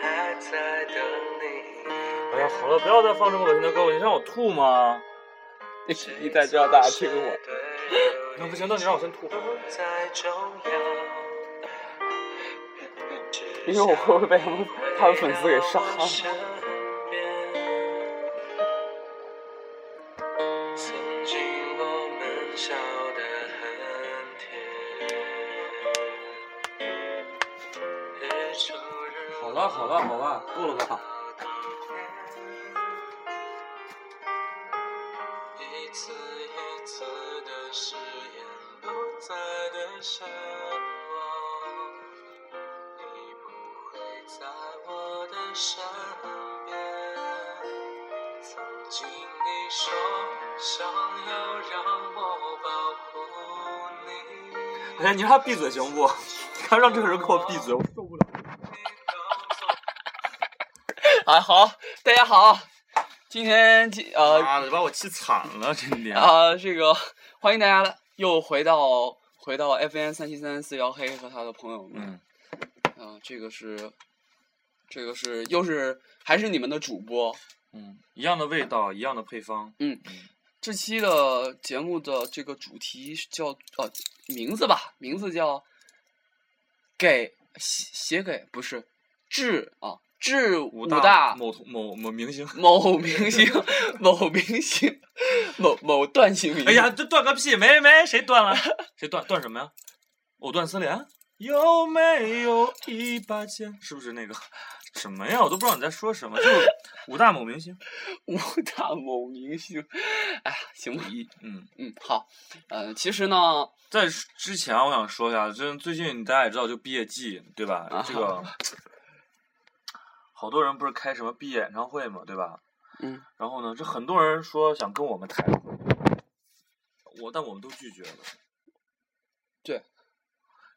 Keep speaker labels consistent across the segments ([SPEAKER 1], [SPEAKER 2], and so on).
[SPEAKER 1] 在等你。
[SPEAKER 2] 哎呀，好了，不要再放这么恶心的歌，你让我吐吗？
[SPEAKER 3] 你你在这大听我，
[SPEAKER 1] 我
[SPEAKER 2] 那不行，那你让我先吐吧。
[SPEAKER 1] 在中央，
[SPEAKER 3] 因为我会不会被他们 他们粉丝给杀了？
[SPEAKER 1] 曾经我们笑得很甜。日出日
[SPEAKER 2] 好了好了好了，够了吧？
[SPEAKER 1] 一次一次的誓言不再对上我，你不会在我的身边。曾经你说想要让我保护你，
[SPEAKER 2] 哎呀，你让他闭嘴行不？ 你看让这个人给我闭嘴，我受不了。
[SPEAKER 1] 你都 走
[SPEAKER 3] 啊，好，大家好，今天今呃
[SPEAKER 2] 妈的，把我气惨了，真的。
[SPEAKER 3] 啊，这个欢迎大家又回到回到 FN 三七三四幺黑和他的朋友们。
[SPEAKER 2] 嗯，
[SPEAKER 3] 啊，这个是，这个是又是还是你们的主播。
[SPEAKER 2] 嗯，一样的味道，一样的配方。
[SPEAKER 3] 嗯
[SPEAKER 2] 嗯
[SPEAKER 3] 这期的节目的这个主题是叫呃名字吧，名字叫给写写给不是致啊致武大
[SPEAKER 2] 某某某明星。
[SPEAKER 3] 某明星某明星某某段姓明星。
[SPEAKER 2] 哎呀，，这断个屁！没没，谁断了？ 谁断断什么呀？藕断丝连？有没有一把剑？是不是那个什么呀？我都不知道你在说什么。就是武大某明星。
[SPEAKER 3] 武大某明星，哎呀，行吧，
[SPEAKER 2] 嗯，
[SPEAKER 3] 嗯，好，呃，其实呢，
[SPEAKER 2] 在之前我想说一下，就是最近大家也知道，就毕业季，对吧？
[SPEAKER 3] 啊
[SPEAKER 2] 这个好多人不是开什么毕业演唱会嘛，对吧？
[SPEAKER 3] 嗯。
[SPEAKER 2] 然后呢，这很多人说想跟我们谈，我但我们都拒绝了。
[SPEAKER 3] 对。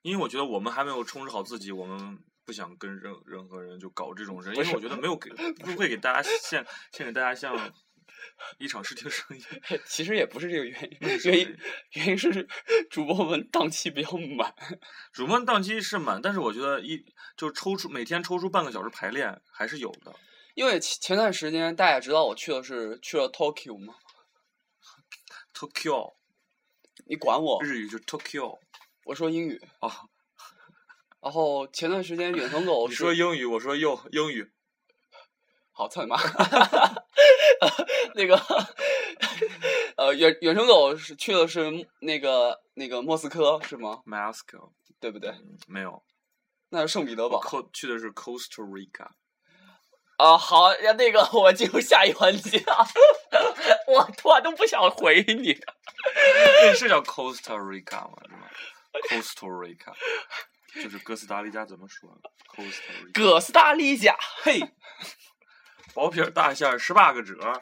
[SPEAKER 2] 因为我觉得我们还没有充实好自己，我们不想跟任任何人就搞这种事，因
[SPEAKER 3] 不
[SPEAKER 2] 为
[SPEAKER 3] 是
[SPEAKER 2] 我觉得没有给不会给大家献献给大家像一场视听盛宴。
[SPEAKER 3] 其实也不是这个原因，
[SPEAKER 2] 那是什么
[SPEAKER 3] 原 因原因是主播们档期比较满，
[SPEAKER 2] 主办档期是满，但是我觉得一就抽出每天抽出半个小时排练还是有的。
[SPEAKER 3] 因为前前段时间大家也知道我去的是去了 Tokyo 嘛，
[SPEAKER 2] Tokyo
[SPEAKER 3] 你管我，
[SPEAKER 2] 日语就是 Tokyo
[SPEAKER 3] 我说英语，
[SPEAKER 2] 啊，
[SPEAKER 3] 然后前段时间远程狗
[SPEAKER 2] 你说
[SPEAKER 3] 是
[SPEAKER 2] 英语，我说又英语，
[SPEAKER 3] 好操你妈， 那个呃远远程狗是去的是那个那个莫斯科是吗？
[SPEAKER 2] Mexico
[SPEAKER 3] 对不对？
[SPEAKER 2] 没有，
[SPEAKER 3] 那是圣彼得堡
[SPEAKER 2] 我去的是 Costa Rica。
[SPEAKER 3] 啊。好，呀那个我进入下一环节啊， 我突然都不想回你。
[SPEAKER 2] 那是叫 Costa Rica 吗？是吗？Costa
[SPEAKER 3] 哎
[SPEAKER 2] Rica 就是哥斯达黎加怎么说？Costa Rica
[SPEAKER 3] 哥斯达黎加，嘿，
[SPEAKER 2] 薄皮儿大馅儿十八个褶
[SPEAKER 3] 啊
[SPEAKER 2] 儿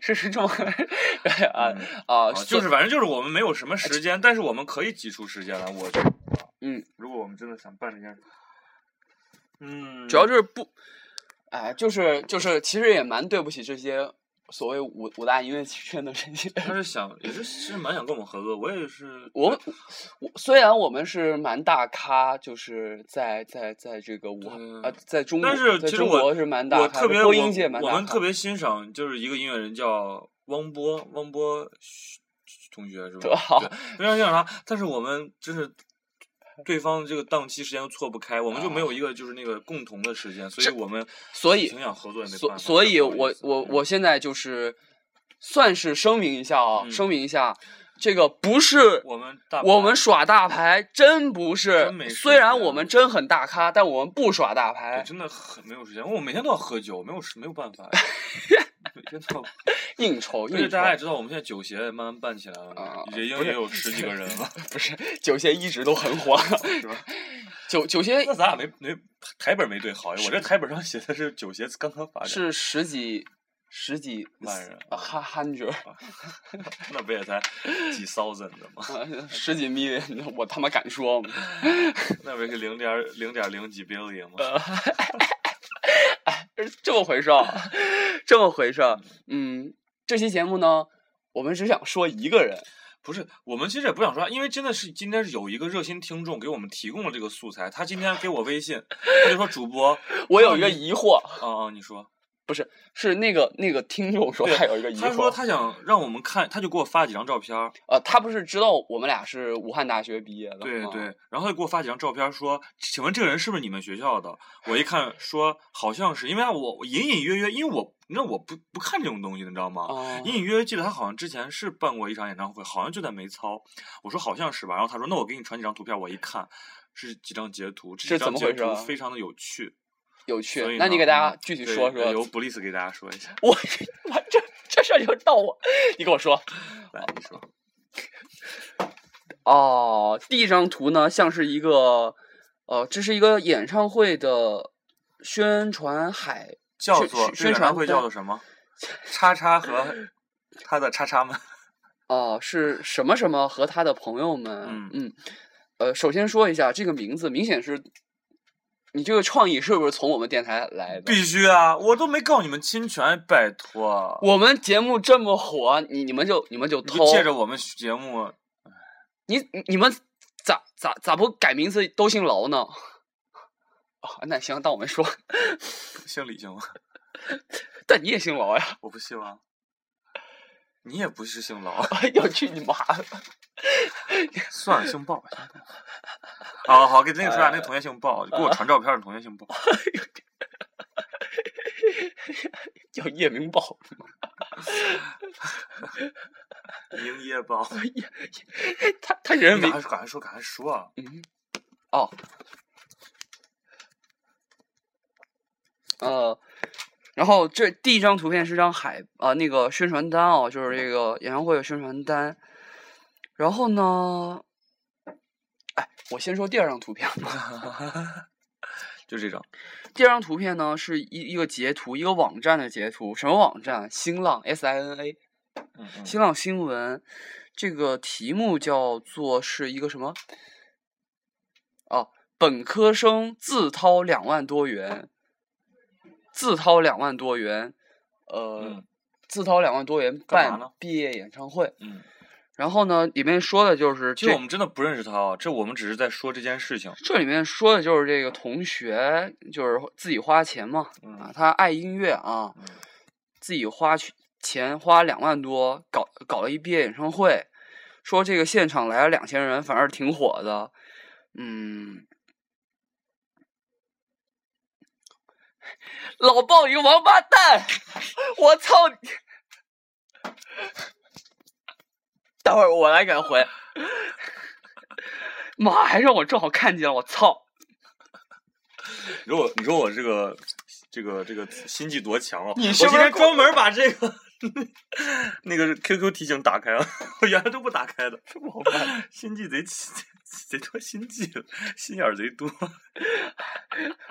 [SPEAKER 3] 这 是这么 啊
[SPEAKER 2] 嗯
[SPEAKER 3] 啊
[SPEAKER 2] 啊，，就是反正就是我们没有什么时间，但是我们可以挤出时间来。我觉得
[SPEAKER 3] 哎
[SPEAKER 2] 啊
[SPEAKER 3] 嗯，
[SPEAKER 2] 如果我们真的想办这件事，嗯，
[SPEAKER 3] 主要就是不，哎，就是就是，其实也蛮对不起这些所谓五五大音乐圈的这些。
[SPEAKER 2] 他是想也是其实蛮想跟我们合作，我也是
[SPEAKER 3] 我们我虽然我们是蛮大咖，就是在在在这个武汉
[SPEAKER 2] 对
[SPEAKER 3] 啊，在中国，
[SPEAKER 2] 但是
[SPEAKER 3] 在
[SPEAKER 2] 其实
[SPEAKER 3] 中
[SPEAKER 2] 我
[SPEAKER 3] 国是蛮大
[SPEAKER 2] 我特
[SPEAKER 3] 咖的，
[SPEAKER 2] 别
[SPEAKER 3] 播
[SPEAKER 2] 我
[SPEAKER 3] 音界蛮大
[SPEAKER 2] 我
[SPEAKER 3] 咖。
[SPEAKER 2] 们特别欣赏就是一个音乐人叫汪波，汪波同学是吧？
[SPEAKER 3] 对 好
[SPEAKER 2] 对，非常欣赏他，但是我们真是。对方这个档期时间又错不开，我们就没有一个就是那个共同的时间，所以我们
[SPEAKER 3] 啊所以
[SPEAKER 2] 挺想合作也没办
[SPEAKER 3] 所
[SPEAKER 2] 法。
[SPEAKER 3] 所以
[SPEAKER 2] 不好意
[SPEAKER 3] 我，
[SPEAKER 2] 思
[SPEAKER 3] 我我现在就是算是声明一下啊，
[SPEAKER 2] 嗯
[SPEAKER 3] 声明一下，这个不是
[SPEAKER 2] 我们大
[SPEAKER 3] 我们耍大牌真不是
[SPEAKER 2] 真没，时
[SPEAKER 3] 虽然
[SPEAKER 2] 间
[SPEAKER 3] 我们真很大咖，但我们不耍大
[SPEAKER 2] 对
[SPEAKER 3] 牌，
[SPEAKER 2] 真的很没有时间，我每天都要喝酒，没有时没有办 法，每天都要。
[SPEAKER 3] 应酬
[SPEAKER 2] 而且
[SPEAKER 3] 应酬
[SPEAKER 2] 大家也知道，我们现在酒协慢慢办起来了，
[SPEAKER 3] 啊
[SPEAKER 2] 也应
[SPEAKER 3] 不是
[SPEAKER 2] 也有十几个人了，
[SPEAKER 3] 不是酒协一直都很火，
[SPEAKER 2] 是吧？
[SPEAKER 3] 酒酒协
[SPEAKER 2] 那咱俩没没台本没对好呀，我这台本上写的是酒协刚刚发展，
[SPEAKER 3] 是十几十几
[SPEAKER 2] 万人哦
[SPEAKER 3] 啊，hundred
[SPEAKER 2] 那不也才几 thousand 的吗？
[SPEAKER 3] 十几 million，我他妈敢说吗？
[SPEAKER 2] 那不也是零点零点零几 billion 吗？
[SPEAKER 3] 呃这么回事儿，啊 这么回事儿。嗯，这期节目呢，我们只想说一个人，
[SPEAKER 2] 不是，我们其实也不想说，因为真的是今天是有一个热心听众给我们提供了这个素材，他今天给我微信，他就说主播，
[SPEAKER 3] 我有一个疑惑，
[SPEAKER 2] 哦哦，你说，
[SPEAKER 3] 是那个那个听众说
[SPEAKER 2] 对
[SPEAKER 3] 他有一个疑
[SPEAKER 2] 他说
[SPEAKER 3] 惑，
[SPEAKER 2] 他想让我们看，他就给我发几张照片儿，
[SPEAKER 3] 呃，他不是知道我们俩是武汉大学毕业的
[SPEAKER 2] 对
[SPEAKER 3] 吗？
[SPEAKER 2] 对，然后他就给我发几张照片儿说，请问这个人是不是你们学校的？我一看说好像是，因为啊我我隐隐约约，因为我你知道我不不看这种东西的，你知道吗？
[SPEAKER 3] 哦，
[SPEAKER 2] 隐隐约约记得他好像之前是办过一场演唱会，好像就在梅操。我说好像是吧，然后他说那我给你传几张图片，我一看是几张截图，这
[SPEAKER 3] 这
[SPEAKER 2] 几张
[SPEAKER 3] 怎么
[SPEAKER 2] 截
[SPEAKER 3] 回事
[SPEAKER 2] 图
[SPEAKER 3] 啊
[SPEAKER 2] 非常的有趣。所
[SPEAKER 3] 有趣
[SPEAKER 2] 以。
[SPEAKER 3] 那
[SPEAKER 2] 呢
[SPEAKER 3] 你给大家
[SPEAKER 2] 嗯
[SPEAKER 3] 具体
[SPEAKER 2] 对
[SPEAKER 3] 说
[SPEAKER 2] 对由
[SPEAKER 3] 说。
[SPEAKER 2] 布利斯给大家说一下，
[SPEAKER 3] 我我这这事儿就到我，你跟我说。
[SPEAKER 2] 来你说，
[SPEAKER 3] 哦，第一张图呢，像是一个，呃，这是一个演唱会的宣传海，
[SPEAKER 2] 叫
[SPEAKER 3] 宣
[SPEAKER 2] 做
[SPEAKER 3] 宣
[SPEAKER 2] 这个
[SPEAKER 3] 宣
[SPEAKER 2] 演
[SPEAKER 3] 传
[SPEAKER 2] 唱会叫
[SPEAKER 3] 单
[SPEAKER 2] 做什么？叉叉和他的叉叉们，
[SPEAKER 3] 哦、是什么什么和他的朋友们，
[SPEAKER 2] 嗯
[SPEAKER 3] 呃，首先说一下这个名字，明显是，你这个创意是不是从我们电台来的？
[SPEAKER 2] 必须啊！我都没告你们侵权，拜托，
[SPEAKER 3] 我们节目这么火，你你们就你们就
[SPEAKER 2] 你
[SPEAKER 3] 偷
[SPEAKER 2] 就，借着我们节目，
[SPEAKER 3] 你你你们咋咋咋不改名字都姓劳呢？ 啊，那行，当我没说，
[SPEAKER 2] 姓李行吗？
[SPEAKER 3] 但你也姓劳呀。
[SPEAKER 2] 我不信啊，你也不是姓劳。
[SPEAKER 3] 要哎去你妈的！
[SPEAKER 2] 算了，姓鲍吧。姓鲍好好，给那个说下，那个同学姓鲍，给我传照片的同学姓鲍。
[SPEAKER 3] 叫夜明报，
[SPEAKER 2] 明夜 鲍，
[SPEAKER 3] 他他人没
[SPEAKER 2] 赶快赶快说，赶快说啊！
[SPEAKER 3] 嗯，哦，呃，然后这第一张图片是张海啊、那个宣传单哦，就是这个演唱会的宣传单。然后呢，哎，我先说第二张图片吧。
[SPEAKER 2] 就这张，
[SPEAKER 3] 第二张图片呢是一一个截图，一个网站的截图，什么网站？新浪 S I N A。
[SPEAKER 2] 嗯
[SPEAKER 3] 新浪新闻这个题目叫做是一个什么？哦，本科生自掏两万多元，自掏两万多元，呃，
[SPEAKER 2] 嗯
[SPEAKER 3] 自掏两万多元
[SPEAKER 2] 干嘛
[SPEAKER 3] 办
[SPEAKER 2] 呢
[SPEAKER 3] 毕业演唱会。
[SPEAKER 2] 嗯。
[SPEAKER 3] 然后呢，里面说的就是
[SPEAKER 2] 其实
[SPEAKER 3] 这
[SPEAKER 2] 我们真的不认识他啊，这我们只是在说这件事情。
[SPEAKER 3] 这里面说的就是这个同学就是自己花钱嘛，啊
[SPEAKER 2] 嗯，
[SPEAKER 3] 他爱音乐啊，
[SPEAKER 2] 嗯
[SPEAKER 3] 自己花去钱花两万多搞搞了一毕业演唱会，说这个现场来了两千人，反而挺火的。嗯， 老鲍你个王八蛋！ 我操你！ 待会儿我来给他回。 妈，还让我正好看见了，我操！
[SPEAKER 2] 你说我，你说我这个，这个，这个心计多强啊！
[SPEAKER 3] 你
[SPEAKER 2] 我
[SPEAKER 3] 是
[SPEAKER 2] 今
[SPEAKER 3] 不是
[SPEAKER 2] 天
[SPEAKER 3] 故
[SPEAKER 2] 专门把这个那个 QQ 提醒打开了，我原来都不打开的。心计贼起贼多心计了，心眼儿贼多。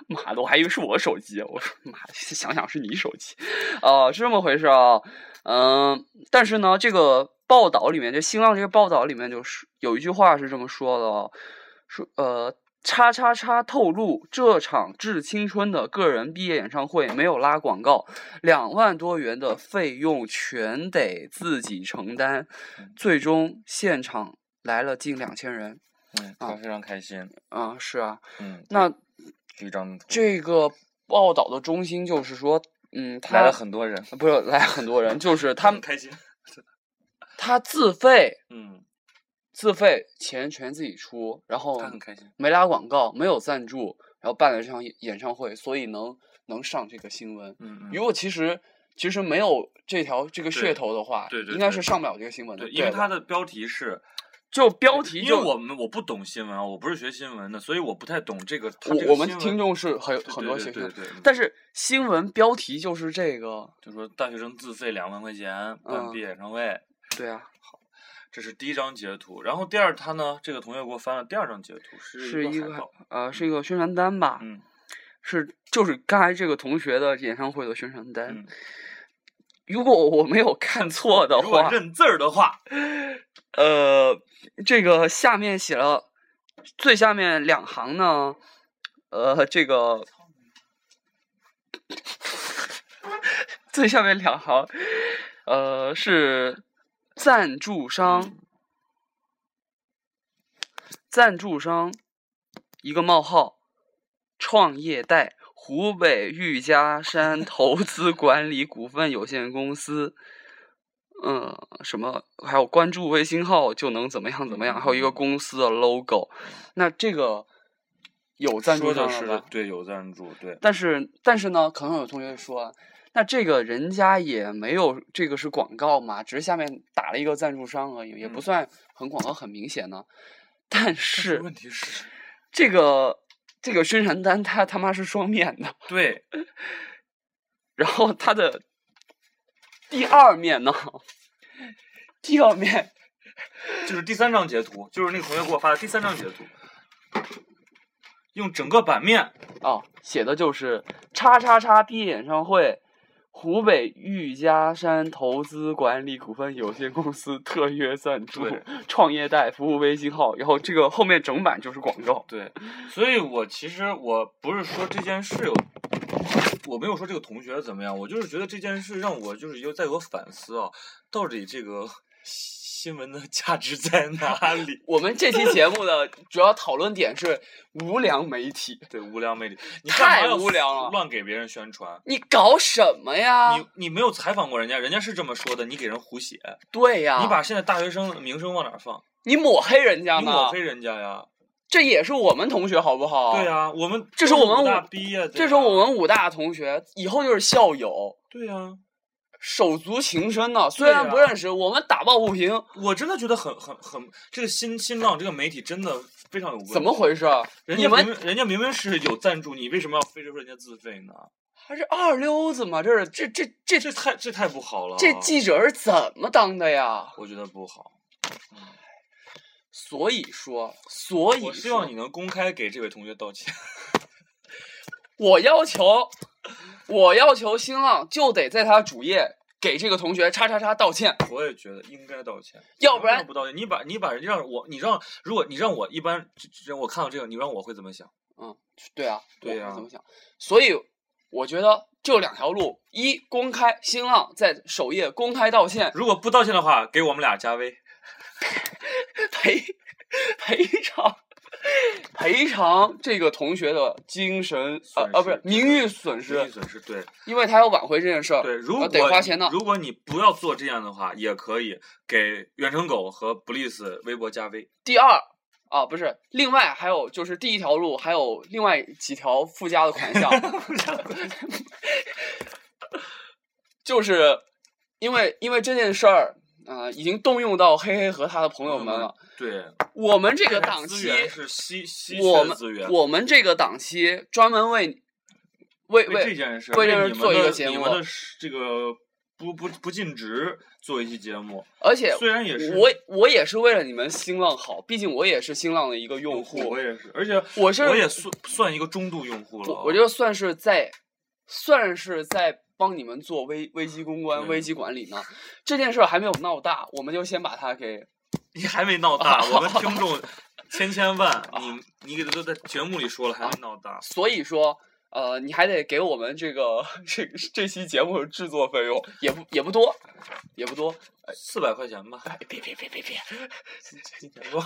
[SPEAKER 3] 妈的，我还以为是我手机，我说妈的，想想是你手机，哦、是这么回事啊，嗯，但是呢，这个报道里面，这新浪这个报道里面就是有一句话是这么说的哦，说呃，叉叉叉透露，这场致青春的个人毕业演唱会没有拉广告，两万多元的费用全得自己承担，最终现场来了近两千人，
[SPEAKER 2] 嗯，他非常开心。
[SPEAKER 3] 啊、是啊，
[SPEAKER 2] 嗯，
[SPEAKER 3] 那
[SPEAKER 2] 这张图
[SPEAKER 3] 这个报道的中心就是说，嗯，他
[SPEAKER 2] 来了很多人，
[SPEAKER 3] 不是来了很多人，就是他
[SPEAKER 2] 很开心。
[SPEAKER 3] 他自费
[SPEAKER 2] 嗯，
[SPEAKER 3] 自费钱全自己出，然后
[SPEAKER 2] 他很开心。
[SPEAKER 3] 没拉广告，没有赞助，然后办了这场演演唱会，所以能能上这个新闻。
[SPEAKER 2] 嗯
[SPEAKER 3] 如果其实其实没有这条这个
[SPEAKER 2] 对
[SPEAKER 3] 噱头的话，
[SPEAKER 2] 对对
[SPEAKER 3] 应该
[SPEAKER 2] 对
[SPEAKER 3] 是上不了这个新闻的。
[SPEAKER 2] 对，因为
[SPEAKER 3] 的
[SPEAKER 2] 他的标题是，
[SPEAKER 3] 就标题
[SPEAKER 2] 因为
[SPEAKER 3] 就
[SPEAKER 2] 我们我不懂新闻啊，我不是学新闻的，所以我不太懂这个。它这
[SPEAKER 3] 我
[SPEAKER 2] 个
[SPEAKER 3] 我们
[SPEAKER 2] 新闻
[SPEAKER 3] 听众是很
[SPEAKER 2] 对
[SPEAKER 3] 很
[SPEAKER 2] 对
[SPEAKER 3] 多
[SPEAKER 2] 对
[SPEAKER 3] 学生
[SPEAKER 2] 对，嗯对，
[SPEAKER 3] 但是新闻标题就是这个，
[SPEAKER 2] 就说大学生自费两万块钱办
[SPEAKER 3] 嗯
[SPEAKER 2] 毕业演唱会，
[SPEAKER 3] 对啊，
[SPEAKER 2] 这是第一张截图。然后第二，他呢，这个同学给我翻了第二张截图，
[SPEAKER 3] 是
[SPEAKER 2] 一
[SPEAKER 3] 一
[SPEAKER 2] 个海
[SPEAKER 3] 个
[SPEAKER 2] 报。
[SPEAKER 3] 呃是一个宣传单吧，
[SPEAKER 2] 嗯
[SPEAKER 3] 是就是刚才这个同学的演唱会的宣传单。
[SPEAKER 2] 嗯，
[SPEAKER 3] 如果我没有看错的
[SPEAKER 2] 如果
[SPEAKER 3] 话，
[SPEAKER 2] 认字儿的话，
[SPEAKER 3] 呃，这个下面写了最下面两行呢，呃，这个
[SPEAKER 2] 嗯
[SPEAKER 3] 最下面两行，呃，是赞助商赞助商，一个冒号，创业贷，湖北玉 家山投资管理股份有限公司。嗯，什么？还有关注微信号就能怎么样怎么样？还有
[SPEAKER 2] 嗯
[SPEAKER 3] 一个公司的 logo。那这个有赞
[SPEAKER 2] 说
[SPEAKER 3] 助
[SPEAKER 2] 的
[SPEAKER 3] 商了
[SPEAKER 2] 是
[SPEAKER 3] 吧？
[SPEAKER 2] 对有赞助，对
[SPEAKER 3] 但是但是呢，可能有同学说，那这个人家也没有这个是广告嘛，只是下面打了一个赞助商而已，也不
[SPEAKER 2] 嗯
[SPEAKER 3] 算很广告很明显呢。但是
[SPEAKER 2] 问题是，
[SPEAKER 3] 这个这个宣传单它他妈是双面的，
[SPEAKER 2] 对
[SPEAKER 3] 然后它的第二面呢， 第二面
[SPEAKER 2] 就是第三张截图，就是那个同学给我发的第三张截图，用整个版面
[SPEAKER 3] 啊、写的就是叉叉叉 B 演唱会。湖北玉家山投资管理股份有限公司特约赞助
[SPEAKER 2] 对
[SPEAKER 3] 创业贷服务微信号，然后这个后面整版就是广告。？
[SPEAKER 2] 对，所以我其实我不是说这件事有，我没有说这个同学怎么样，我就是觉得这件事让我就是又在有反思啊，到底这个新闻的价值在哪里
[SPEAKER 3] 我们这期节目的主要讨论点是无良媒体，
[SPEAKER 2] 对，无良媒体，你干嘛
[SPEAKER 3] 太
[SPEAKER 2] 要
[SPEAKER 3] 无良了啊
[SPEAKER 2] 乱给别人宣传。
[SPEAKER 3] 你搞什么呀？
[SPEAKER 2] 你你没有采访过人家，人家是这么说的，你给人胡写，
[SPEAKER 3] 对呀，
[SPEAKER 2] 你把现在大学生的名声往哪儿放？
[SPEAKER 3] 你抹黑人家
[SPEAKER 2] 你
[SPEAKER 3] 呢？
[SPEAKER 2] 抹黑人家呀？
[SPEAKER 3] 这也是我们同学，好不好？
[SPEAKER 2] 对、呀，我们
[SPEAKER 3] 哦这是
[SPEAKER 2] 都
[SPEAKER 3] 我们
[SPEAKER 2] 武大
[SPEAKER 3] 武
[SPEAKER 2] 毕业的呀，
[SPEAKER 3] 这是我们武大同学，以后就是校友，
[SPEAKER 2] 对呀，
[SPEAKER 3] 手足情深呢。虽然
[SPEAKER 2] 对呀
[SPEAKER 3] 不认识，我们打抱不平，
[SPEAKER 2] 我真的觉得很很很，这个新新浪这个媒体真的非常有问题。
[SPEAKER 3] 怎么回事儿？
[SPEAKER 2] 人
[SPEAKER 3] 你
[SPEAKER 2] 家明
[SPEAKER 3] 们
[SPEAKER 2] 明人家明明是有赞助，你为什么要非得说人家自费呢？
[SPEAKER 3] 还是二溜子吗？这是啊这这这
[SPEAKER 2] 这太这太不好了。
[SPEAKER 3] 这记者是怎么当的呀？
[SPEAKER 2] 我觉得不好。
[SPEAKER 3] 所以说，所以
[SPEAKER 2] 我希
[SPEAKER 3] 说
[SPEAKER 2] 望你能公开给这位同学道歉。
[SPEAKER 3] 我要求，我要求新浪就得在他主页给这个同学叉叉叉道歉，
[SPEAKER 2] 我也觉得应该道歉，
[SPEAKER 3] 要不
[SPEAKER 2] 怎么
[SPEAKER 3] 然
[SPEAKER 2] 不道歉，你把你把人家让我，你让如果你让我一般，这这我看到这个，你让我会怎么想？
[SPEAKER 3] 对啊，
[SPEAKER 2] 对
[SPEAKER 3] 我
[SPEAKER 2] 呀
[SPEAKER 3] 怎么想？所以我觉得就两条路：一公开新浪在首页公开道歉，
[SPEAKER 2] 如果不道歉的话，给我们俩加微。
[SPEAKER 3] 赔赔偿赔偿这个同学的精神呃
[SPEAKER 2] 损
[SPEAKER 3] 呃不是
[SPEAKER 2] 失
[SPEAKER 3] 名誉损
[SPEAKER 2] 利益
[SPEAKER 3] 失，
[SPEAKER 2] 损失，对
[SPEAKER 3] 因为他要挽回这件事儿，
[SPEAKER 2] 对。如
[SPEAKER 3] 呃
[SPEAKER 2] 果
[SPEAKER 3] 得花钱呢。
[SPEAKER 2] 如果你不要做这样的话，也可以给远程狗和 Bliss 微博加微。
[SPEAKER 3] 第二啊不是，另外还有就是第一条路还有另外几条附加的款项，就是因为因为这件事儿。啊、已经动用到黑黑和他的朋友们了。
[SPEAKER 2] 对，
[SPEAKER 3] 我们这
[SPEAKER 2] 这
[SPEAKER 3] 个档
[SPEAKER 2] 资
[SPEAKER 3] 期，
[SPEAKER 2] 源是稀稀
[SPEAKER 3] 我
[SPEAKER 2] 缺的
[SPEAKER 3] 们
[SPEAKER 2] 资源。
[SPEAKER 3] 我们这个档期专门为为
[SPEAKER 2] 为这
[SPEAKER 3] 为
[SPEAKER 2] 件事，
[SPEAKER 3] 为这件
[SPEAKER 2] 你
[SPEAKER 3] 事
[SPEAKER 2] 们
[SPEAKER 3] 做一
[SPEAKER 2] 的
[SPEAKER 3] 个节
[SPEAKER 2] 你
[SPEAKER 3] 目
[SPEAKER 2] 们的是这个不不不尽职做一期节目，
[SPEAKER 3] 而且
[SPEAKER 2] 虽然也是
[SPEAKER 3] 我我也是为了你们新浪好，毕竟我也是新浪的一个用户
[SPEAKER 2] 我，也是，而且
[SPEAKER 3] 我是
[SPEAKER 2] 我也算算一个中度用户了啊。
[SPEAKER 3] 我我就算是在算是在帮你们做危危机公关、
[SPEAKER 2] 对
[SPEAKER 3] 危机管理呢。这件事儿还没有闹大，我们就先把它给
[SPEAKER 2] 你还没闹 大，我们听众千千万，你你给他都在节目里说了，还没闹大。
[SPEAKER 3] 所以说，呃，你还得给我们这个这这期节目的制作费用，也不也不多，也不多。
[SPEAKER 2] 四百块钱吧，
[SPEAKER 3] 哎，别别别别别，
[SPEAKER 2] 今年 吧。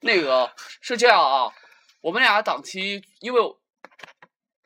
[SPEAKER 3] 那个是这样啊，我们俩档期，因为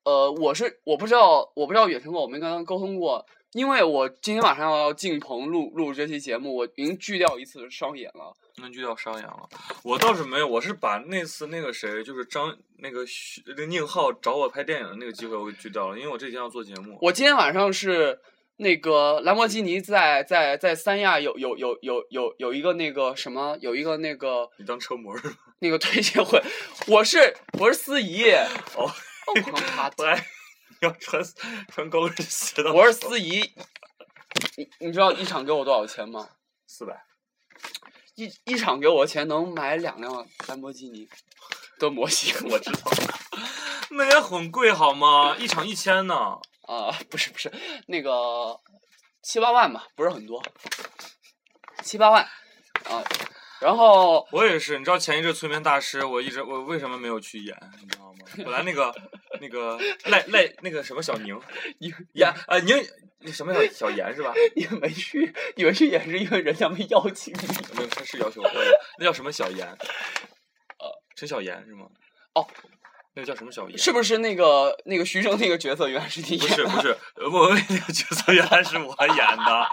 [SPEAKER 3] 呃，我是我不知道，我不知道远程哥，我们刚刚沟通过。因为我今天晚上要进棚录录这期节目，我已经拒掉一次商演了。
[SPEAKER 2] 那就要商演了。我倒是没有，我是把那次那个谁，就是张那个徐那个宁浩找我拍电影的那个机会我给拒掉了，因为我这几天要做节目。
[SPEAKER 3] 我今天晚上是那个兰博基尼在在在三亚有有有有有有一个那个什么，有一个那个
[SPEAKER 2] 你当车模儿了？
[SPEAKER 3] 那个推介会，我是我是司仪，
[SPEAKER 2] 哦，
[SPEAKER 3] 哦我他
[SPEAKER 2] 我还 要穿穿高跟鞋的。
[SPEAKER 3] 我是司仪，你你知道一场给我多少钱吗？
[SPEAKER 2] 四百，
[SPEAKER 3] 一一场给我钱能买两辆兰博基尼 的模型，
[SPEAKER 2] 我知道。那也很贵好吗？一场一千呢。
[SPEAKER 3] 啊、不是不是那个七八万吧，不是很多，七八万啊、然 后
[SPEAKER 2] 我也是，你知道前一阵催眠大师，我一直我为什么没有去演，你知道吗？本来那个那个赖赖那个什么小宁，
[SPEAKER 3] 一
[SPEAKER 2] 呀啊宁那什么小小严是吧？
[SPEAKER 3] 你没去，你没去也是因为人家没邀请你。
[SPEAKER 2] 没有，他是要求我，那叫什么小严？呃，陈小严是吗？
[SPEAKER 3] 哦，
[SPEAKER 2] 那个叫什么小严？
[SPEAKER 3] 是不是那个那个徐峥那个角色原来是你
[SPEAKER 2] 不
[SPEAKER 3] 演
[SPEAKER 2] 是
[SPEAKER 3] 的？
[SPEAKER 2] 不是，呃莫文蔚那个角色原来是我演的，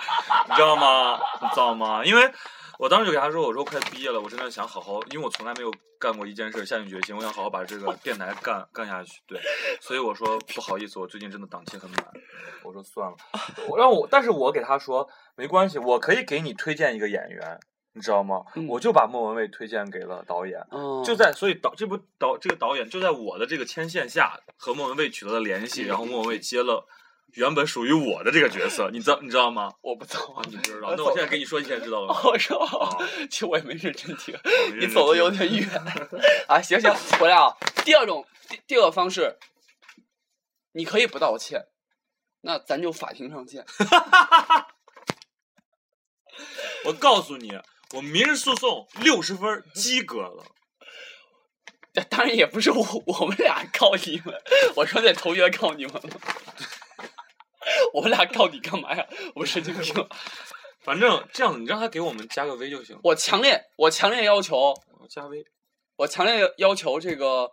[SPEAKER 2] 你知道吗？你知道吗？因为我当时就给他说，我说快毕业了，我真的想好好，因为我从来没有干过一件事，下定决心，我想好好把这个电台干干下去。对，所以我说不好意思，我最近真的档期很满，我说算了。我让我，但是我给他说没关系，我可以给你推荐一个演员，你知道吗？
[SPEAKER 3] 嗯
[SPEAKER 2] 我就把莫文蔚推荐给了导演。
[SPEAKER 3] 嗯，
[SPEAKER 2] 就在所以导这部导这个导演就在我的这个牵线下和莫文蔚取得了联
[SPEAKER 3] 嗯
[SPEAKER 2] 系，然后莫文蔚接了原本属于我的这个角色，你知道你知道吗？
[SPEAKER 3] 我不走
[SPEAKER 2] 啊，，你不知道？那我现在给你说，你现在知道了吗？
[SPEAKER 3] 我说
[SPEAKER 2] 啊，
[SPEAKER 3] 其实我也没认真听，
[SPEAKER 2] 我
[SPEAKER 3] 你
[SPEAKER 2] 认
[SPEAKER 3] 走的
[SPEAKER 2] 真
[SPEAKER 3] 有
[SPEAKER 2] 听
[SPEAKER 3] 点远。啊，行行，回来啊。第二种，第第二个方式，你可以不道歉，那咱就法庭上见。
[SPEAKER 2] 我告诉你，我民事诉讼六十分儿及格了。
[SPEAKER 3] 当然也不是我我们俩告你们，我说在头约告你们了。 我们俩告你干嘛呀？我神经病！
[SPEAKER 2] 反正这样，你让他给我们加个 V 就行。
[SPEAKER 3] 我强烈，我强烈要求，
[SPEAKER 2] 我加 V，
[SPEAKER 3] 我强烈要求这个，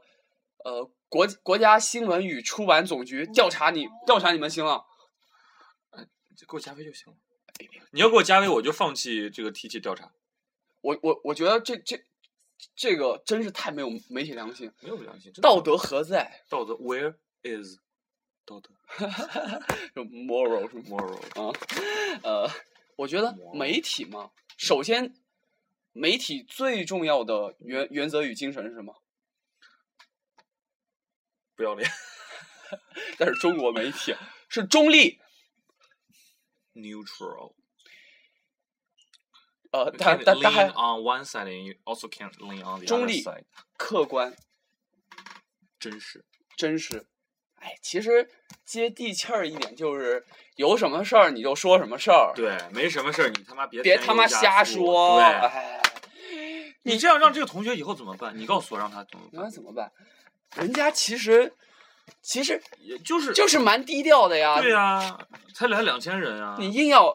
[SPEAKER 3] 呃，国国家新闻与出版总局调查你，调查你们新浪。
[SPEAKER 2] 就给我加 V 就行了。你要给我加 V，我就放弃这个提起调查。
[SPEAKER 3] 我我我觉得这这这个真是太没有媒体良心，
[SPEAKER 2] 没有良心，真的
[SPEAKER 3] 道德何在？
[SPEAKER 2] 道德 Where is 道德
[SPEAKER 3] 就 moral 什么
[SPEAKER 2] moral？
[SPEAKER 3] 啊？呃，我觉得媒体嘛，首先媒体最重要的原原则与精神是什么？
[SPEAKER 2] 不要脸
[SPEAKER 3] 但是中国媒体是中立，
[SPEAKER 2] ，neutral。
[SPEAKER 3] 呃，
[SPEAKER 2] You
[SPEAKER 3] 但
[SPEAKER 2] can't
[SPEAKER 3] 但但
[SPEAKER 2] lean
[SPEAKER 3] 还
[SPEAKER 2] on one side and you also can't lean on the
[SPEAKER 3] 中
[SPEAKER 2] other
[SPEAKER 3] 立
[SPEAKER 2] side。
[SPEAKER 3] 客观
[SPEAKER 2] 真实，
[SPEAKER 3] 真实。哎，其实接地气儿一点就是，有什么事儿你就说什么事儿，
[SPEAKER 2] 对，没什么事儿，你他妈别
[SPEAKER 3] 别
[SPEAKER 2] 添
[SPEAKER 3] 他
[SPEAKER 2] 油
[SPEAKER 3] 妈
[SPEAKER 2] 加
[SPEAKER 3] 瞎
[SPEAKER 2] 醋
[SPEAKER 3] 说。
[SPEAKER 2] 对，
[SPEAKER 3] 哎，
[SPEAKER 2] 你这样让这个同学以后怎么办？你告诉我让他怎么
[SPEAKER 3] 那
[SPEAKER 2] 办？
[SPEAKER 3] 怎么办？人家其实其实
[SPEAKER 2] 也就是
[SPEAKER 3] 就是蛮低调的呀。
[SPEAKER 2] 对呀，才来两千人啊，
[SPEAKER 3] 你硬要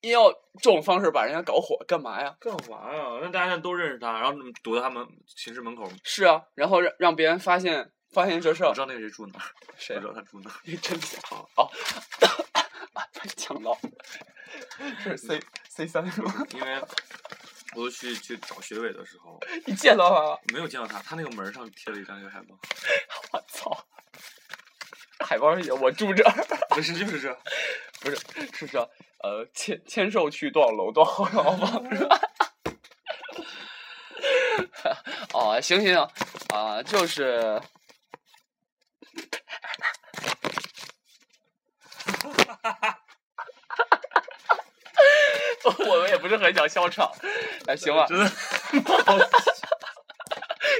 [SPEAKER 3] 硬要这种方式把人家搞火干嘛呀？
[SPEAKER 2] 干嘛呀？让大家都认识他，然后堵在他们寝室门口。
[SPEAKER 3] 是啊，然后让让别人发现发现这事
[SPEAKER 2] 我
[SPEAKER 3] 儿
[SPEAKER 2] 知，道那个谁住哪儿，
[SPEAKER 3] 谁啊
[SPEAKER 2] 我知道他住哪儿。
[SPEAKER 3] 真假
[SPEAKER 2] 好
[SPEAKER 3] 哦，啊，被抢到，是 C C 三是吗？
[SPEAKER 2] 因为我又去去找学委的时候，
[SPEAKER 3] 你见到他了？
[SPEAKER 2] 没有见到他，他那个门上贴了一张这个海报，
[SPEAKER 3] 我操！海报上写我住这儿，
[SPEAKER 2] 不是就是这，
[SPEAKER 3] 是这呃签签售区多少楼多少楼吗？是吧？ 哦，行行行，啊、就是我们也不是很想笑场，哎，行吧，
[SPEAKER 2] 真的。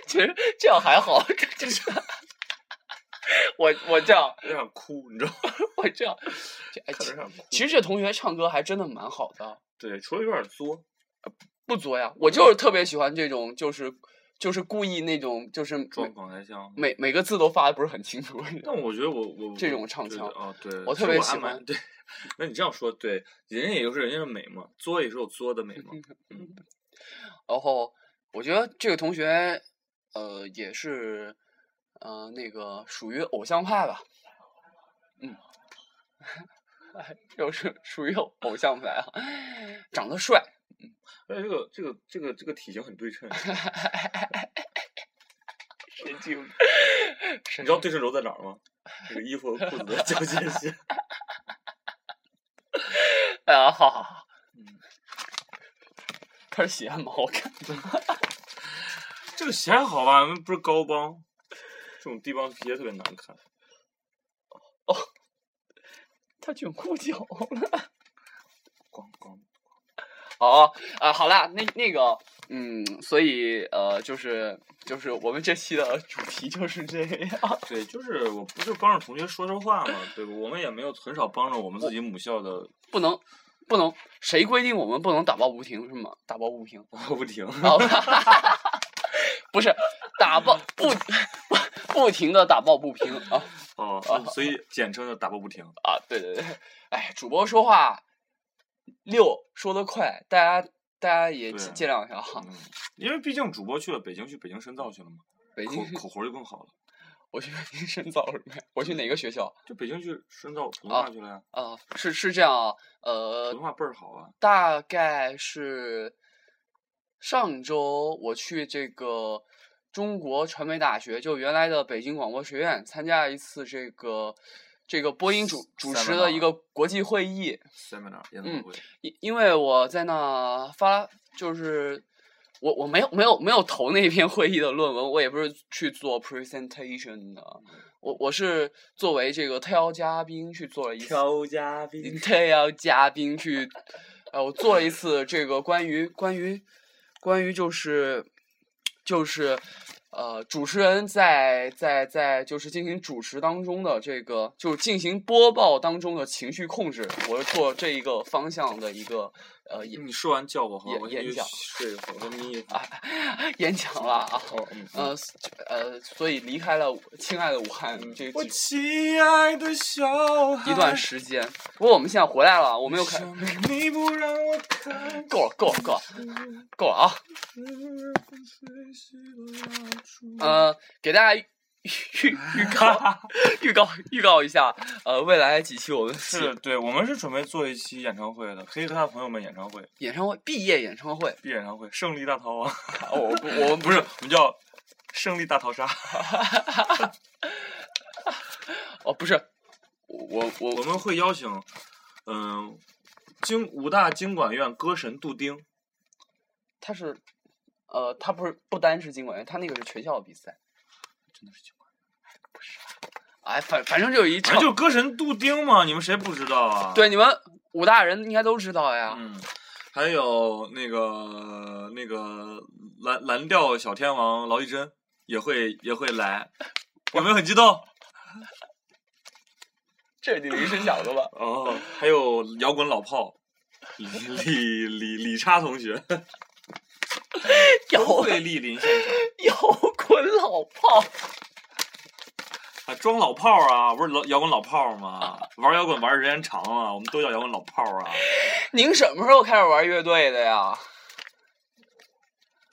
[SPEAKER 3] 其实这样还好，这这是我我这样
[SPEAKER 2] 有点哭，你知道吗？
[SPEAKER 3] 我这样，这哎，
[SPEAKER 2] 看
[SPEAKER 3] 其
[SPEAKER 2] 着有点哭。
[SPEAKER 3] 其实这同学唱歌还真的蛮好的，
[SPEAKER 2] 对，除了有点作，
[SPEAKER 3] 不作呀。我就是特别喜欢这种，就是就是故意那种，就是每
[SPEAKER 2] 状况还像。
[SPEAKER 3] 每每个字都发的不是很清楚。
[SPEAKER 2] 但我觉得我我
[SPEAKER 3] 这种唱腔
[SPEAKER 2] 啊，哦对，
[SPEAKER 3] 我
[SPEAKER 2] 其
[SPEAKER 3] 特
[SPEAKER 2] 实
[SPEAKER 3] 别
[SPEAKER 2] 还
[SPEAKER 3] 喜
[SPEAKER 2] 蛮
[SPEAKER 3] 欢
[SPEAKER 2] 对，那你这样说对，人家也就是人家的美嘛，作也是有作的美 嘛。
[SPEAKER 3] 然后我觉得这个同学，呃，也是，呃，那个属于偶像派吧，嗯， 就是属于偶偶像派啊，长得帅，
[SPEAKER 2] 哎，这个这个这个这个体型很对称，你
[SPEAKER 3] 神经病，
[SPEAKER 2] 知道对称轴在哪儿吗？这个衣服和裤子的交界线。
[SPEAKER 3] 啊，好好好，
[SPEAKER 2] 嗯
[SPEAKER 3] 嗯，他是喜欢蛮好看，
[SPEAKER 2] 这个鞋还好吧？不是高帮，这种低帮皮鞋特别难看。
[SPEAKER 3] 他卷裤脚了。
[SPEAKER 2] 光光
[SPEAKER 3] 哦，啊，好啦，那那个，嗯，所以呃，就是就是我们这期的 主题就是这样。
[SPEAKER 2] 对，就是我不是帮着同学说说话嘛，对吧？我们也没有很少帮着我们自己母校的，
[SPEAKER 3] 不能不能，谁规定我们不能打抱不平是吗？打抱不平
[SPEAKER 2] 不停。
[SPEAKER 3] 好 吧不是打抱不不不停的打抱不平啊！
[SPEAKER 2] 哦，所所以简称就打抱不停。
[SPEAKER 3] 啊，对对对，哎，主播说话溜，说得快，大家大家也
[SPEAKER 2] 对啊
[SPEAKER 3] 见见谅一下哈。
[SPEAKER 2] 嗯，因为毕竟主播去了北京，去北京深造去了嘛，
[SPEAKER 3] 北京，
[SPEAKER 2] 口口活儿就更好了。
[SPEAKER 3] 我去北京深造什么呀？我去哪个学校
[SPEAKER 2] 就北京去深造普通话去了呀，
[SPEAKER 3] 啊？是是这样啊，呃
[SPEAKER 2] 普，通话倍儿好啊。
[SPEAKER 3] 大概是上周我去这个中国传媒大学，就原来的北京广播学院，参加一次这个这个播音主主持的一
[SPEAKER 2] Seminar
[SPEAKER 3] 个国际会议。
[SPEAKER 2] seminar 研
[SPEAKER 3] 嗯
[SPEAKER 2] 讨会，
[SPEAKER 3] 因因为我在那发，就是我我没有没有没有投那篇会议的论文，我也不是去做 presentation 的，我我是作为这个特邀嘉宾去做了一次，
[SPEAKER 2] 嘉宾
[SPEAKER 3] 特邀嘉宾去，呃，我做了一次这个关于关于关于就是就是呃主持人在在在就是进行主持当中的这个就是进行播报当中的情绪控制，我是做这一个方向的一个呃演
[SPEAKER 2] 你说完叫我好吧，
[SPEAKER 3] 演
[SPEAKER 2] 我
[SPEAKER 3] 演
[SPEAKER 2] 先去
[SPEAKER 3] 讲啊
[SPEAKER 2] 睡一会儿，我眯一会儿。
[SPEAKER 3] 演讲了啊。
[SPEAKER 2] 哦嗯嗯
[SPEAKER 3] 呃呃，所以离开了我亲爱的武汉这
[SPEAKER 2] 我
[SPEAKER 3] 这
[SPEAKER 2] 亲爱的小孩，
[SPEAKER 3] 一段时间，不过我们现在回来了，我没有看，
[SPEAKER 2] 生命你不让我看
[SPEAKER 3] 够了够了够了够了啊！
[SPEAKER 2] 呃，
[SPEAKER 3] 呃，给大家预预预 告预告预告一下，呃，未来几期我们
[SPEAKER 2] 是对，我们是准备做一期演唱会的，可以和他的朋友们演唱会，
[SPEAKER 3] 演唱会毕业演唱会，
[SPEAKER 2] 闭演唱会，胜利大逃亡，
[SPEAKER 3] 我我不我们
[SPEAKER 2] 不是， 我们叫胜利大逃杀。
[SPEAKER 3] 哦不是，我我
[SPEAKER 2] 我
[SPEAKER 3] 我
[SPEAKER 2] 们会邀请，嗯、经武大经管院歌神杜丁，
[SPEAKER 3] 他是呃他不是不单是经管院，他那个是全校比赛，
[SPEAKER 2] 真的是经管，
[SPEAKER 3] 哎反反正就有一
[SPEAKER 2] 反
[SPEAKER 3] 场
[SPEAKER 2] 正就是歌神杜丁嘛，你们谁不知道啊？，
[SPEAKER 3] 对啊你们武大人应该都知道呀，
[SPEAKER 2] 嗯，还有那个那个蓝蓝调小天王劳逸真也会也会来，有没有很激动？
[SPEAKER 3] 这是你临时想 的吧？
[SPEAKER 2] 哦，还有摇滚老炮。李李李李叉同学
[SPEAKER 3] 摇
[SPEAKER 2] 都会莅临现场，
[SPEAKER 3] 摇滚老炮，
[SPEAKER 2] 啊，装老炮儿啊，不是老摇滚老炮儿吗？玩摇滚玩的时间长了，我们都叫摇滚老炮儿啊。
[SPEAKER 3] 您什么时候开始玩乐队的呀？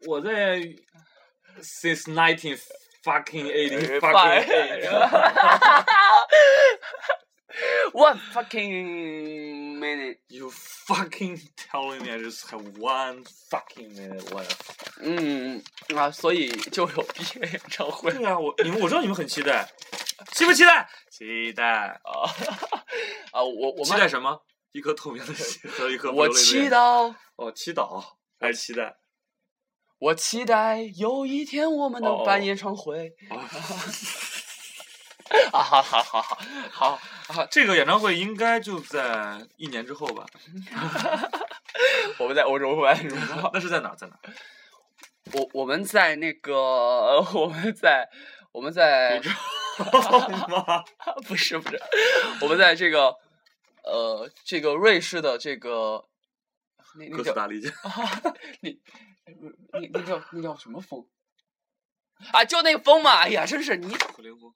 [SPEAKER 2] 我在 since nineteen fucking eighty
[SPEAKER 3] 拜
[SPEAKER 2] fucking eight，
[SPEAKER 3] One fucking minute，
[SPEAKER 2] you fucking telling me I just have one fucking minute left。
[SPEAKER 3] 嗯啊，所以就有毕业演唱会
[SPEAKER 2] 对啊，我你们我知道你们很期待，期不期待？期待，
[SPEAKER 3] 啊啊，我我
[SPEAKER 2] 期待
[SPEAKER 3] 们
[SPEAKER 2] 什么？一颗透明的 心和一颗
[SPEAKER 3] 我
[SPEAKER 2] 流泪的
[SPEAKER 3] 祈
[SPEAKER 2] 眼
[SPEAKER 3] 祷，
[SPEAKER 2] 哦，祈祷还是期待？
[SPEAKER 3] 我期待有一天我们能
[SPEAKER 2] 哦
[SPEAKER 3] 办演唱会
[SPEAKER 2] 哦，
[SPEAKER 3] 啊！好好好好好，
[SPEAKER 2] 这个演唱会应该就在一年之后吧？
[SPEAKER 3] 我们在欧洲办是吧？
[SPEAKER 2] 哦那是在哪儿？在哪儿？
[SPEAKER 3] 我我们在那个，呃我们在我们在
[SPEAKER 2] 欧洲 吗？
[SPEAKER 3] 不是不是，我们在这个呃这个瑞士的这个那那
[SPEAKER 2] 哥斯
[SPEAKER 3] 叫
[SPEAKER 2] 达黎加。
[SPEAKER 3] 那那叫那叫什么风啊？就那风嘛！哎呀，真是你
[SPEAKER 2] 可怜我，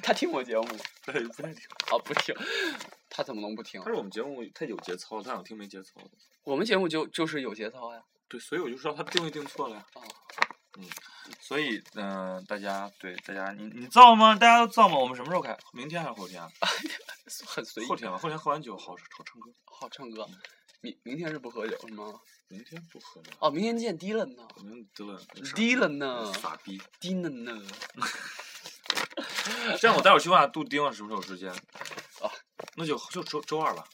[SPEAKER 3] 他听我节目吗
[SPEAKER 2] 对，不太听。
[SPEAKER 3] 啊？不听，他怎么能不听
[SPEAKER 2] 但？是我们节目他有节操，他想听没节操的。
[SPEAKER 3] 我们节目就就是有节操呀。
[SPEAKER 2] 对，所以我就知道他定位定错了呀。
[SPEAKER 3] 哦
[SPEAKER 2] 嗯，所以嗯、呃大家对大家，你你造吗？大家都造吗？我们什么时候开？明天还是后天啊？
[SPEAKER 3] 很随意
[SPEAKER 2] 后，天吧，后天喝完酒好好唱歌。
[SPEAKER 3] 好唱歌。明明天是不喝酒是吗？
[SPEAKER 2] 明天不喝了。
[SPEAKER 3] 哦，明天见 Dylan 呢
[SPEAKER 2] 我们得了，
[SPEAKER 3] ，Dylan 呢
[SPEAKER 2] 傻逼！
[SPEAKER 3] ，Dylan 呢？
[SPEAKER 2] 这样我待会儿去问下杜丁了，什么时候有时间？
[SPEAKER 3] 啊，
[SPEAKER 2] 那就就周周二吧。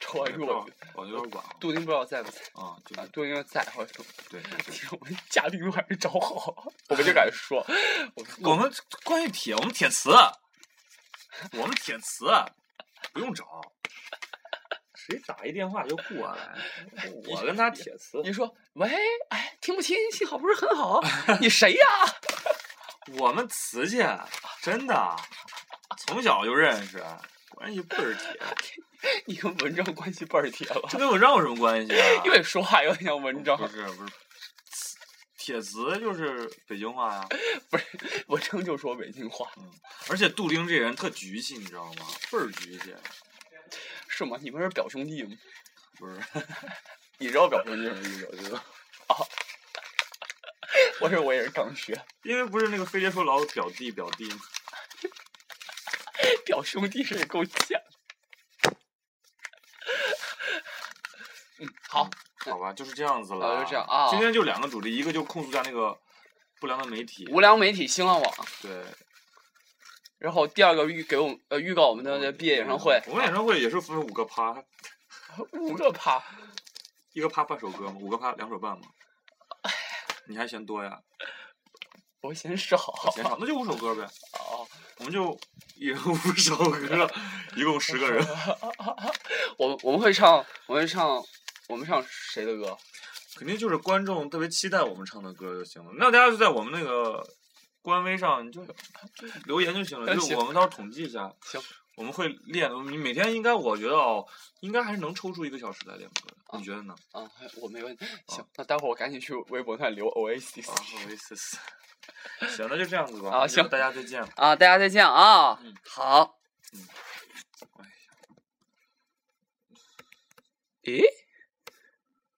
[SPEAKER 3] 周二
[SPEAKER 2] 周
[SPEAKER 3] 哎我
[SPEAKER 2] 二，我有点晚啊
[SPEAKER 3] 杜丁不知道在不在
[SPEAKER 2] 啊，就
[SPEAKER 3] 啊
[SPEAKER 2] 是？
[SPEAKER 3] 杜丁要在，好像
[SPEAKER 2] 对。
[SPEAKER 3] 其实 我们嘉宾都还没找好， 我们就敢说，我说
[SPEAKER 2] 我们关于铁，我们铁磁，我们铁磁，不用找，谁打一电话就过来，我跟他铁磁，
[SPEAKER 3] 你说喂，哎，听不清，信号不是很好，你谁呀？
[SPEAKER 2] 我们瓷器，啊真的，从小就认识，关系倍儿铁，
[SPEAKER 3] 你跟文章关系倍儿铁了，
[SPEAKER 2] 这跟我让有什么关系啊？
[SPEAKER 3] 因为说话有点像文章
[SPEAKER 2] 不。是不是，铁磁就是北京话呀。
[SPEAKER 3] 我真就说北京话，
[SPEAKER 2] 而且杜陵这人特局气，你知道吗？倍儿局气。
[SPEAKER 3] 是吗？你们是表兄弟吗？
[SPEAKER 2] 不是，
[SPEAKER 3] 你知道表兄弟什么意思？ 我觉得，啊，我说我也是刚学，
[SPEAKER 2] 因为不是那个飞碟说老有表弟表弟吗？
[SPEAKER 3] 表兄弟是够呛。嗯，好，
[SPEAKER 2] 好吧，就是这样子了。
[SPEAKER 3] 啊就这样啊
[SPEAKER 2] 今天就两个主题，一个就控诉一下那个不良的媒体。
[SPEAKER 3] 无良媒体新浪网，
[SPEAKER 2] 对，
[SPEAKER 3] 然后第二个预给我们呃预告我们的毕业演唱会，
[SPEAKER 2] 我们演唱会也是分五个趴，
[SPEAKER 3] 五个趴，
[SPEAKER 2] 一个趴半首歌嘛，五个趴两首半 嘛。你还嫌多呀？
[SPEAKER 3] 我嫌少，
[SPEAKER 2] 嫌少，那就五首歌呗。
[SPEAKER 3] 哦，
[SPEAKER 2] 我们就一人五首 歌，一共十个人。
[SPEAKER 3] 我们我们会唱，我们会唱，我们唱谁的歌？
[SPEAKER 2] 肯定就是观众特别期待我们唱的歌就行了。那大家就在我们那个官微上，你 就留言就行了。就是
[SPEAKER 3] 行
[SPEAKER 2] 我们到时候统计一下，
[SPEAKER 3] 行，
[SPEAKER 2] 我们会练。你每天应该，我觉得哦，应该还是能抽出一个小时来练歌的。你觉得呢？
[SPEAKER 3] 啊，我没问题。
[SPEAKER 2] 哦
[SPEAKER 3] 行，那待会儿我赶紧去微博上留 Oasis
[SPEAKER 2] 啊，好意思。 行，那就这样子吧。
[SPEAKER 3] 啊行
[SPEAKER 2] 大家再见。
[SPEAKER 3] 啊，大家再见啊
[SPEAKER 2] 嗯，哎
[SPEAKER 3] 好
[SPEAKER 2] 嗯。
[SPEAKER 3] 诶，